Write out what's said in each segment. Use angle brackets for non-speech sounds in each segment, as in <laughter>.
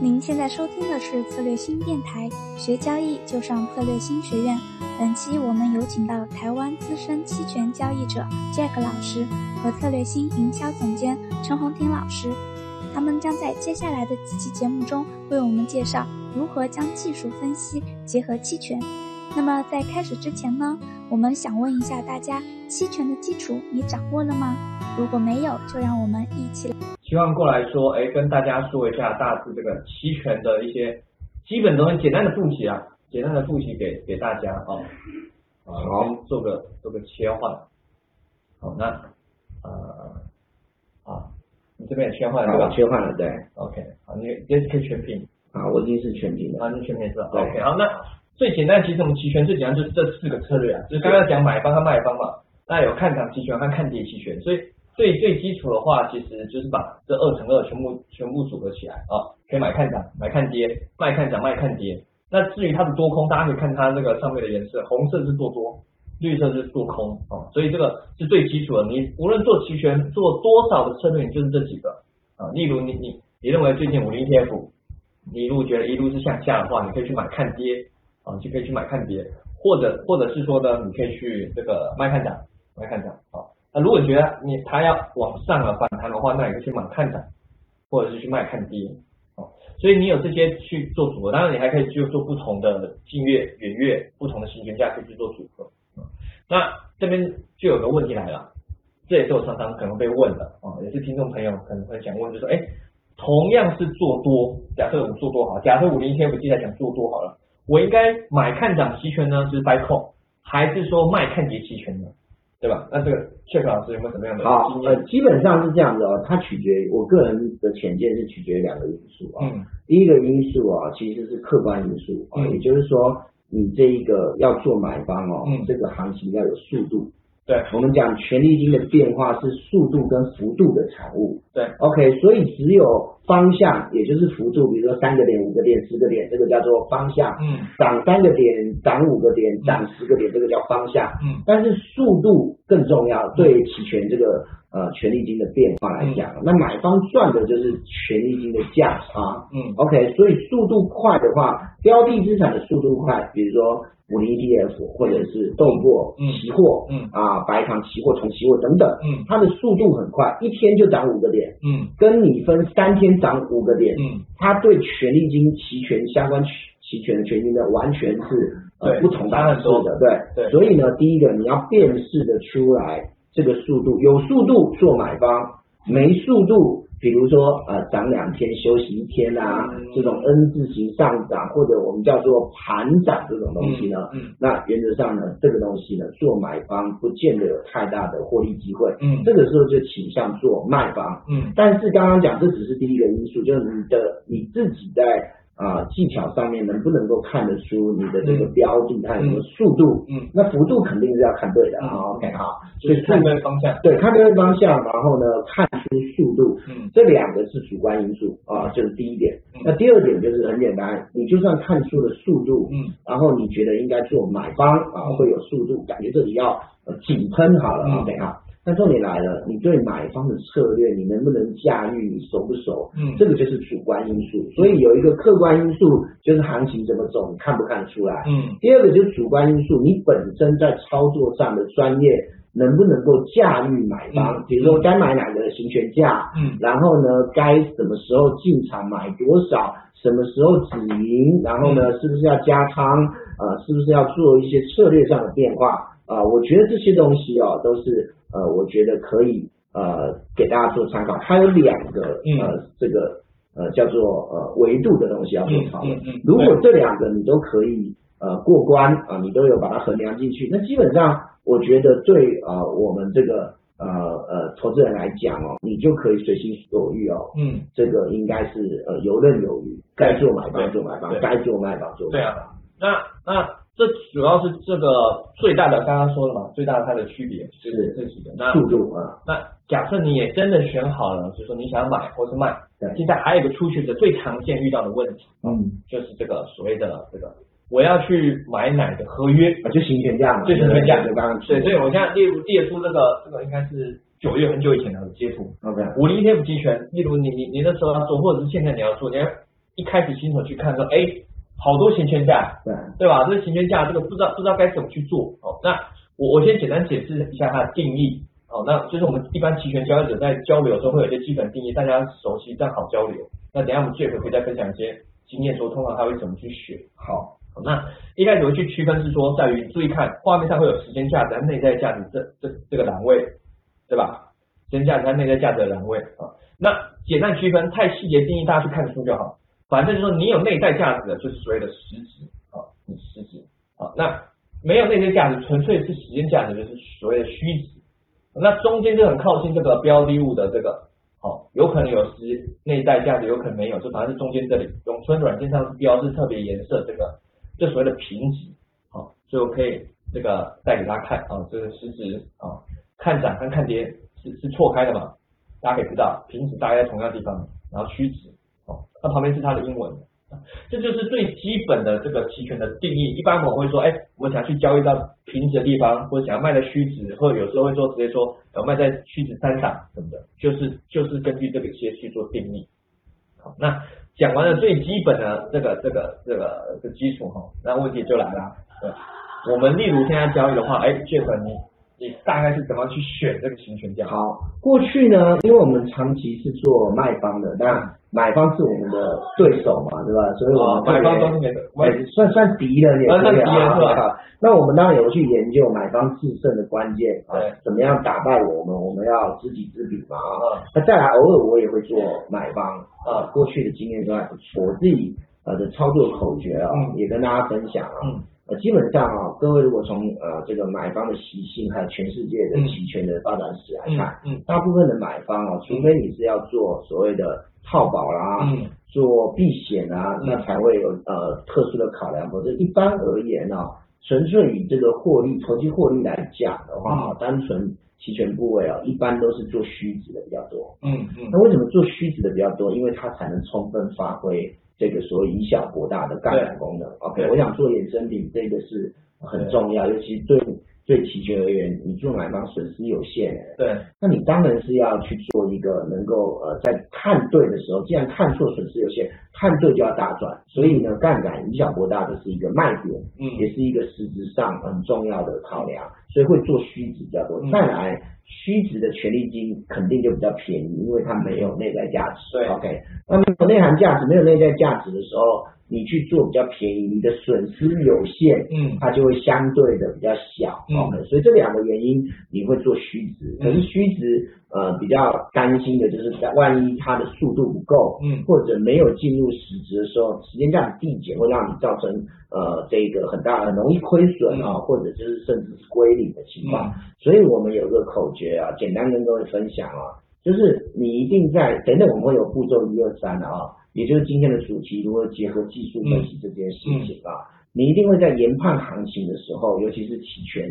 您现在收听的是策略新电台，学交易就上策略新学院。本期我们有请到台湾资深期权交易者 Jack 老师和策略新营销总监陈红婷老师，他们将在接下来的几期节目中为我们介绍如何将技术分析结合期权。那么在开始之前呢，我们想问一下大家，期权的基础你掌握了吗？如果没有，就让我们一起来。希望过来说，哎，跟大家说一下大致这个期权的一些基本东西，简单的复习啊，简单的复习给给大家啊，啊，先做个做个切换。好，那呃，啊，你这边也切换了对啊，吧我切换了，对， ？OK，好，你今天可以全屏，啊，我已经是全屏啊，了，你全屏是吧对？OK，好，那最简单，其实我们期权最简单就是这四个策略啊，就是刚刚讲买方和卖方嘛，那有看涨期权和看跌期权，所以最最基础的话，其实就是把这二乘二全部全部组合起来啊，可以买看涨、买看跌、卖看涨、卖看跌。那至于它的多空，大家可以看它这个上面的颜色，红色是做多，绿色是做空啊，所以这个是最基础的。你无论做期权做多少的策略，你就是这几个啊。例如你你你认为最近五零 ETF，你如果觉得一路是向下的话，你可以去买看跌啊，就可以去买看跌，或者或者是说呢，你可以去这个卖看涨，卖看涨啊。那如果你觉得你它要往上了反弹的话，那你就去买看涨，或者是去卖看跌。哦，所以你有这些去做组合，当然你还可以去做不同的近月、远月、不同的行权价可以去做组合。哦那这边就有个问题来了，这也是我常常可能被问的啊、也是听众朋友可能很想问，就是哎，同样是做多，假设我做多好，假设五零 ETF 接下来想做多好了，我应该买看涨期权呢，就是 buy call，还是说卖看跌期权呢？对吧？那这个 Check 老师有没有什么样的好经，呃验？，基本上是这样的哦，它取决于我个人的浅见是取决于两个因素啊、嗯第一个因素啊、其实是客观因素啊、嗯也就是说你这一个要做买方哦，嗯这个行情要有速度。对我们讲权利金的变化是速度跟幅度的产物。对，OK，所以只有方向，也就是幅度，比如说三个点、五个点、十个点，这个叫做方向。嗯涨三个点，涨五个点，涨十个点，这个叫方向。嗯但是速度更重要，对于期权这个呃权利金的变化来讲，嗯那买方赚的就是权利金的价差。嗯 OK，所以速度快的话，标的资产的速度快，比如说五零 ETF 或者是豆粕嗯期货，嗯啊白糖期货、重期货等等，嗯它的速度很快，一天就涨五个点，嗯跟你分三天涨五个点，嗯，它对权利金期权相关期期权的权利金的完全是呃对不同差档很次多的，对。对所以呢，第一个你要辨识的出来这个速度，有速度做买方，没速度，比如说呃涨两天休息一天啊，嗯这种 N 字形上涨或者我们叫做盘涨这种东西呢。嗯那原则上呢，这个东西呢，做买方不见得有太大的获利机会，嗯这个时候就倾向做卖方，嗯但是刚刚讲，这只是第一个因素，就是你的你自己在啊、技巧上面能不能够看得出你的这个标的它有没有速度，嗯，那幅度肯定是要看对的啊。嗯 OK 好，就是看对方向。对，看对方向，然后呢看出速度，嗯这两个是主观因素啊，这、是第一点嗯。那第二点就是很简单，你就算看出了速度，嗯然后你觉得应该做买方啊，嗯会有速度，感觉这里要呃井喷好了嗯啊，等一下。那重点来了，你对买方的策略，你能不能驾驭，你熟不熟？嗯这个就是主观因素。所以有一个客观因素，就是行情怎么走，你看不看得出来？嗯第二个就是主观因素，你本身在操作上的专业能不能够驾驭买嗯方？比如说该买哪个行权价，嗯然后呢，该什么时候进场买多少，什么时候止盈，然后呢，是不是要加仓，呃，是不是要做一些策略上的变化啊、我觉得这些东西哦，都是呃，我觉得可以呃给大家做参考。它有两个嗯呃这个呃叫做呃维度的东西要做讨论。嗯嗯嗯如果这两个你都可以呃过关啊、你都有把它衡量进去，那基本上我觉得对呃我们这个呃呃投资人来讲哦，你就可以随心所欲哦，嗯，这个应该是呃游刃有余，该做买方做买方对，该做卖方做卖对方。啊。那那这主要是这个最大的，刚刚说了嘛，最大的它的区别就是是这几个。那速度啊，那假设你也真的选好了，就是说你想要买或是卖对，现在还有一个初学者最常见遇到的问题，嗯，就是这个所谓的这个我要去买哪个合约，啊就行权价嘛，对行权价就刚刚说对，所以我现在列入列出这个这个应该是九月很久以前的接触， ，OK，五零 ETF 期权，例如你你你那时候要做，或者是现在你要做，你要一开始新手去看说，哎，好多行权价，对，对吧？这个行权价这个不知道不知道该怎么去做哦。那我我先简单解释一下它的定义哦。那就是我们一般期权交易者在交流的时候会有一些基本定义，大家熟悉这样好交流。那等一下我们 Jack 可以再分享一些经验，说通常他会怎么去学。好，好那一开始会去区分是说，在于你注意看画面上会有时间价值、和内在价值这这这个栏位，对吧？时间价值和内在价值的栏位啊。那简单区分，太细节定义大家去看书就好。反正就是说你有内在价值的，就是所谓的实质啊，你实质啊。那没有内在价值，纯粹是时间价值，就是所谓的虚值。那中间就很靠近这个标的物的这个，哦，有可能有时内在价值，有可能没有，就反正是中间这里。永春软件上是标志特别颜色这个，就所谓的评级，好，所以我可以这个带给大家看啊、哦，这个市值啊、哦，看涨跟看跌是是错开的嘛，大家可以知道，平值大概在同样地方，然后虚值，哦，那旁边是它的英文，这就是最基本的这个期权的定义。一般我们会说，哎，我想去交易到平值的地方，或者想要卖在虚值，或者有时候会说直接说，呃，卖在虚值三档什么的，就是就是根据这个些去做定义。好，那讲完了最基本的这个这个这个这个基础哈，那问题就来了。对我们例如现在交易的话，哎，Jeff，你你大概是怎么去选这个行权价？好，过去呢，因为我们长期是做卖方的，但买方是我们的对手嘛，对吧？所以我啊们，特别买方都是没的，我哎算算敌人也啊可算以敌人啊是吧啊那我们当然有去研究买方制胜的关键啊对，怎么样打败我们？我们要知己知彼嘛啊。啊那再来，偶尔我也会做嗯买方啊啊，过去的经验都还不错。我自己呃的操作口诀啊，嗯也跟大家分享啊。嗯呃，基本上啊，各位如果从呃这个买方的习性，还有全世界的嗯期权的发展史来嗯看，嗯大部分的买方啊，除非你是要做所谓的套保啦，嗯做避险啊，嗯那才会有呃特殊的考量。否则一般而言呢、纯粹以这个获利、投机获利来讲的嗯话啊，单纯期权部位啊，一般都是做虚值的比较多。嗯嗯那为什么做虚值的比较多？因为它才能充分发挥这个所谓以小博大的杠杆功能。OK，对我想做衍生品这个是很重要，尤其对对期权而言，你做买方损失有限，对那你当然是要去做一个能够呃在看对的时候，既然看错损失有限，看对就要大赚。所以呢，杠杆以小博大这是一个卖点，嗯也是一个实质上很重要的考量，所以会做虚值比较多。嗯再来，虚值的权利金肯定就比较便宜，因为它没有内在价值。对，OK，那没有内涵价值、没有内在价值的时候，你去做比较便宜，你的损失有限，嗯它就会相对的比较小。嗯 OK，所以这两个原因你会做虚值，可是嗯虚值呃比较担心的就是在万一它的速度不够，嗯或者没有进入实值的时候，时间价值递减会让你造成呃这个很大很容易亏损啊，或者就是甚至是归零的情况。嗯所以我们有个口诀啊，简单跟各位分享啊，就是你一定在等等我们会有步骤一二三的啊，也就是今天的主题如何结合技术分析这件事情啊。你一定会在研判行情的时候，尤其是期权，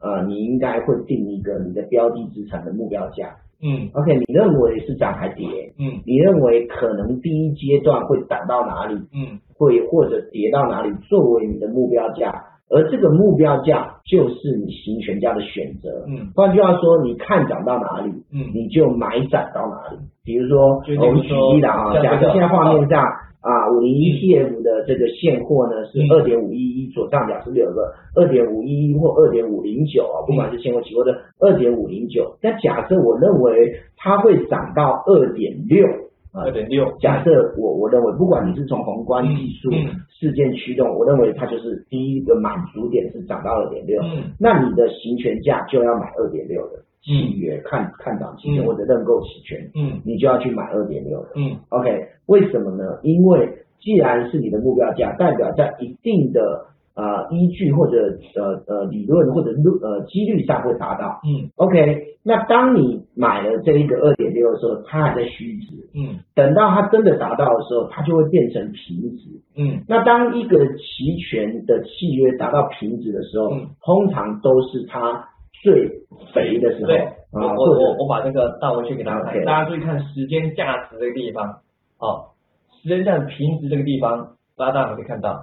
呃，你应该会定一个你的标的资产的目标价。嗯 OK，你认为是涨还跌？嗯你认为可能第一阶段会涨到哪里，嗯会或者跌到哪里，作为你的目标价，而这个目标价就是你行权价的选择。嗯换句话说，你看涨到哪里，嗯你就买涨到哪里。比如说，就例如我们举例了啊，说假像这个设现在画面上啊，五零 ETF 的这个现货呢是嗯二点五一一，左上角是不是有个二点五一一或二点五零九嗯啊？不管是现货期货的二点五零九，那假设我认为它会涨到二点六啊二，点六假设我我认为，不管你是从宏观技术嗯嗯事件驱动，我认为它就是第一个满足点是涨到二点六，嗯那你的行权价就要买二点六的契嗯约，看看涨期权嗯或者认购期权，嗯你就要去买二点六的。嗯 OK，为什么呢？因为既然是你的目标价，代表在一定的呃依据或者呃呃理论或者路呃几率上会达到。嗯 OK，那当你买了这一个二点六的时候，它还在虚值。嗯等到它真的达到的时候，它就会变成平值。嗯那当一个期权的契约达到平值的时候，嗯通常都是它最肥的时对，候我啊，我或我者我把那个大文学给大家看 OK，大家注意看时间价值这个地方，哦，时间价值平值这个地方，大家大家可以看到，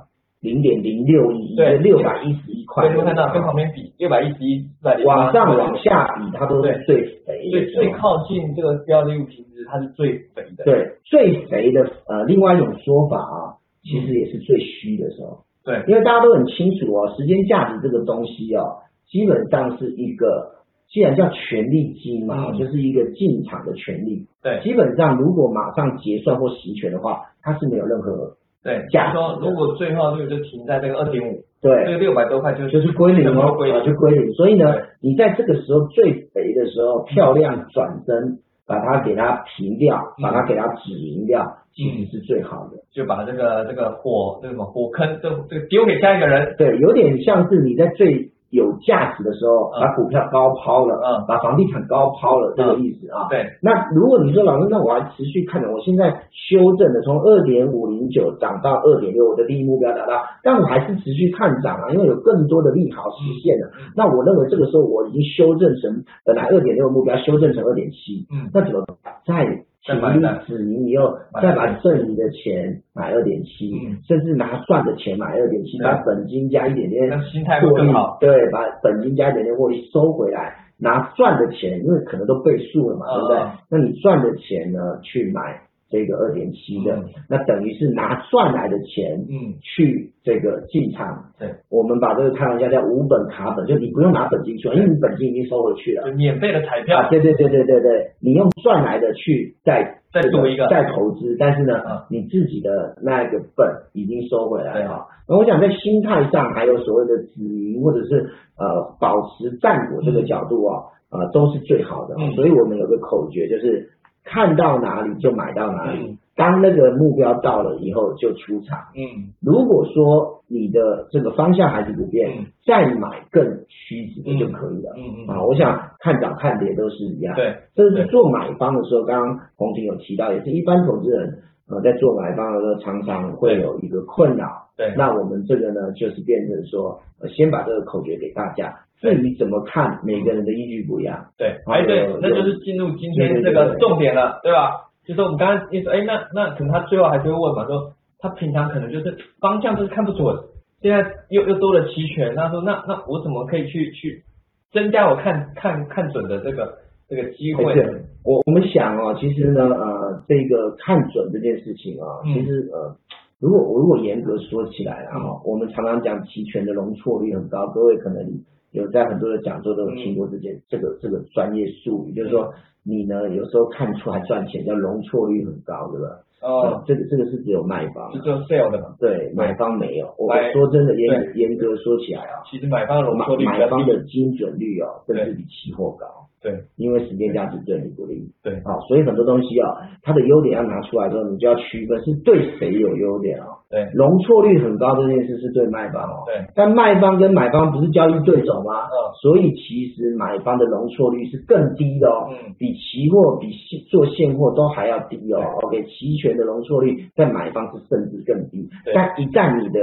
零点零六亿，对六百一十一块所以钱，会看到跟旁边比六百一十一、四百零八，往上往下比，它都是最肥最的，最靠近这个标的物品质，它是最肥的。对最肥的呃，另外一种说法啊，其实也是最虚的时候。对因为大家都很清楚哦，时间价值这个东西哦，基本上是一个，既然叫权利金嘛，嗯就是一个进场的权利。对基本上如果马上结算或实权的话，它是没有任何对，价就是说如果最后率就停在这个二点五，这对，个六百多块就就是归零全哦部，归啊就零。归零。所以呢对，你在这个时候最肥的时嗯候，漂亮转身把它给它平掉，嗯把它给它止盈掉，其实是最好的。就把这个这个火这个什么火坑，这这个丢给下一个人。对，有点像是你在最有价值的时候嗯把股票高抛了，嗯把房地产高抛了，这个意思啊。对，那如果你说老师，那我还持续看着，我现在修正的从二点五零九涨到二点六，我的第一目标达到，但我还是持续看涨啊，因为有更多的利好实现了。那我认为这个时候我已经修正成本来二点六目标修正成二点七，嗯，那怎么办？再再停买利单止盈以后，买再单把剩余的钱买二点七嗯，甚至拿算的钱买二点七，对把本金加一点点那心态会获利更好。，对，把本金加一点点获利收回来，拿赚的钱，因为可能都倍数了嘛，对不对嗯？那你赚的钱呢，去买这个二点七的，嗯那等于是拿赚来的钱嗯，去这个进场。对，我们把这个开玩笑叫无本卡本，就你不用拿本金出来，因为你本金已经收回去了。就免费的彩啊，票。对对对对对对，你用赚来的去再再赌一个再投资，但是呢嗯，你自己的那个本已经收回来对了啊。那我想在心态上，还有所谓的止盈或者是呃保持战果这个角度啊，啊都是最好的啊嗯。所以我们有个口诀，就是看到哪里就买到哪里嗯。当那个目标到了以后就出场。嗯，如果说你的这个方向还是不嗯变，再买更虚值的就可以了。嗯嗯嗯啊，我想看涨看跌都是一样。对，这是做买方的时候，刚刚洪婷有提到，也是一般投资人呃在做买方的时候，常常会有一个困扰。对那我们这个呢，就是变成说，呃先把这个口诀给大家。至于怎么看，每个人的依据不一样。对，好哎对哦有，那就是进入今天这个重点了，对吧？就是我们刚刚意思，哎，那那可能他最后还是会问嘛，说他平常可能就是方向就是看不准，现在又又多了期权，他说那那我怎么可以去去增加我看看看准的这个这个机会？对我我们想哦，其实呢，呃，这个看准这件事情啊，嗯其实呃，如果我如果严格说起来啊，我们常常讲期权的容错率很高，各位可能有在很多的讲座都有听过这件、这个这个专业术语，就是说你呢有时候看出来赚钱叫容错率很高，对吧？哦，这个这个是只有卖方啊就，做 sale 的嘛，对，买方没有。我我买说真的，严严格说起来啊，其实买方的容错率比买较方低，的精准率哦，甚至比期货高。对因为时间价值对你不利。对啊，所以很多东西啊、它的优点要拿出来之后，你就要区分是对谁有优点啊、对容错率很高这件事是对卖方哦，对，但卖方跟买方不是交易对手吗？嗯所以其实买方的容错率是更低的哦，嗯比期货、比现做现货都还要低哦。OK，期权的容错率在买方是甚至更低对，但一旦你的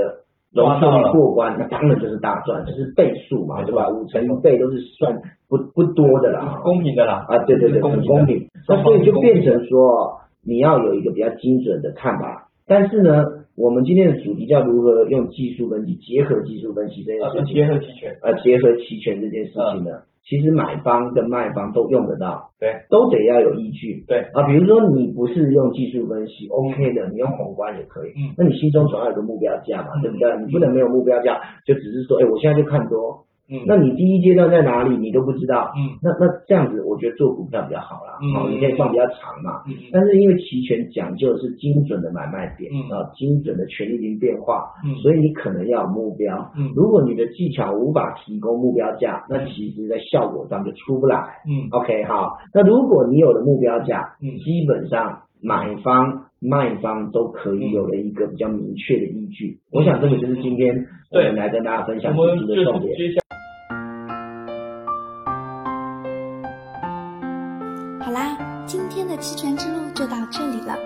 容抓错到率了过关，那当然就是大赚，就是倍数嘛，没对错吧？五成一倍都是算不不多的 <laughs> 啦。公平的啦，啊，对对对，是公很平的公平。那所以就变成说，你要有一个比较精准的看法。但是呢，我们今天的主题叫如何用技术分析结合技术分析这件呃，事结情，合嗯期权，呃，结合期权这件事情呢，其实买方跟卖方都用得到，对都得要有依据。对，啊，比如说你不是用技术分析，OK 的，你用宏观也可以。嗯那你心中总要有个目标价嘛，嗯对不对？你不能没有目标价，就只是说，哎，我现在就看多。嗯，那你第一阶段在哪里，你都不知道。嗯那那这样子，我觉得做股票比较好啦，嗯哦，你可以放比较长嘛。嗯嗯但是因为期权讲究的是精准的买卖点嗯啊，精准的权利金变化，嗯所以你可能要有目标。嗯如果你的技巧无法提供目标价，那其实在效果上就出不来。嗯 OK，好，那如果你有了目标价，嗯基本上买方、卖方都可嗯以有了一个比较明确的依据。我想这个就是今天我对们来跟大家分享我们技就术的重是点。接下好啦，今天的期权之路就到这里了。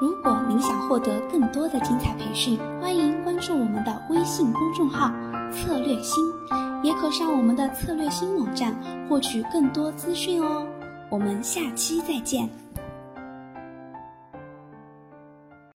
如果您想获得更多的精彩培训，欢迎关注我们的微信公众号“策略星”，也可上我们的策略星网站获取更多资讯哦。我们下期再见。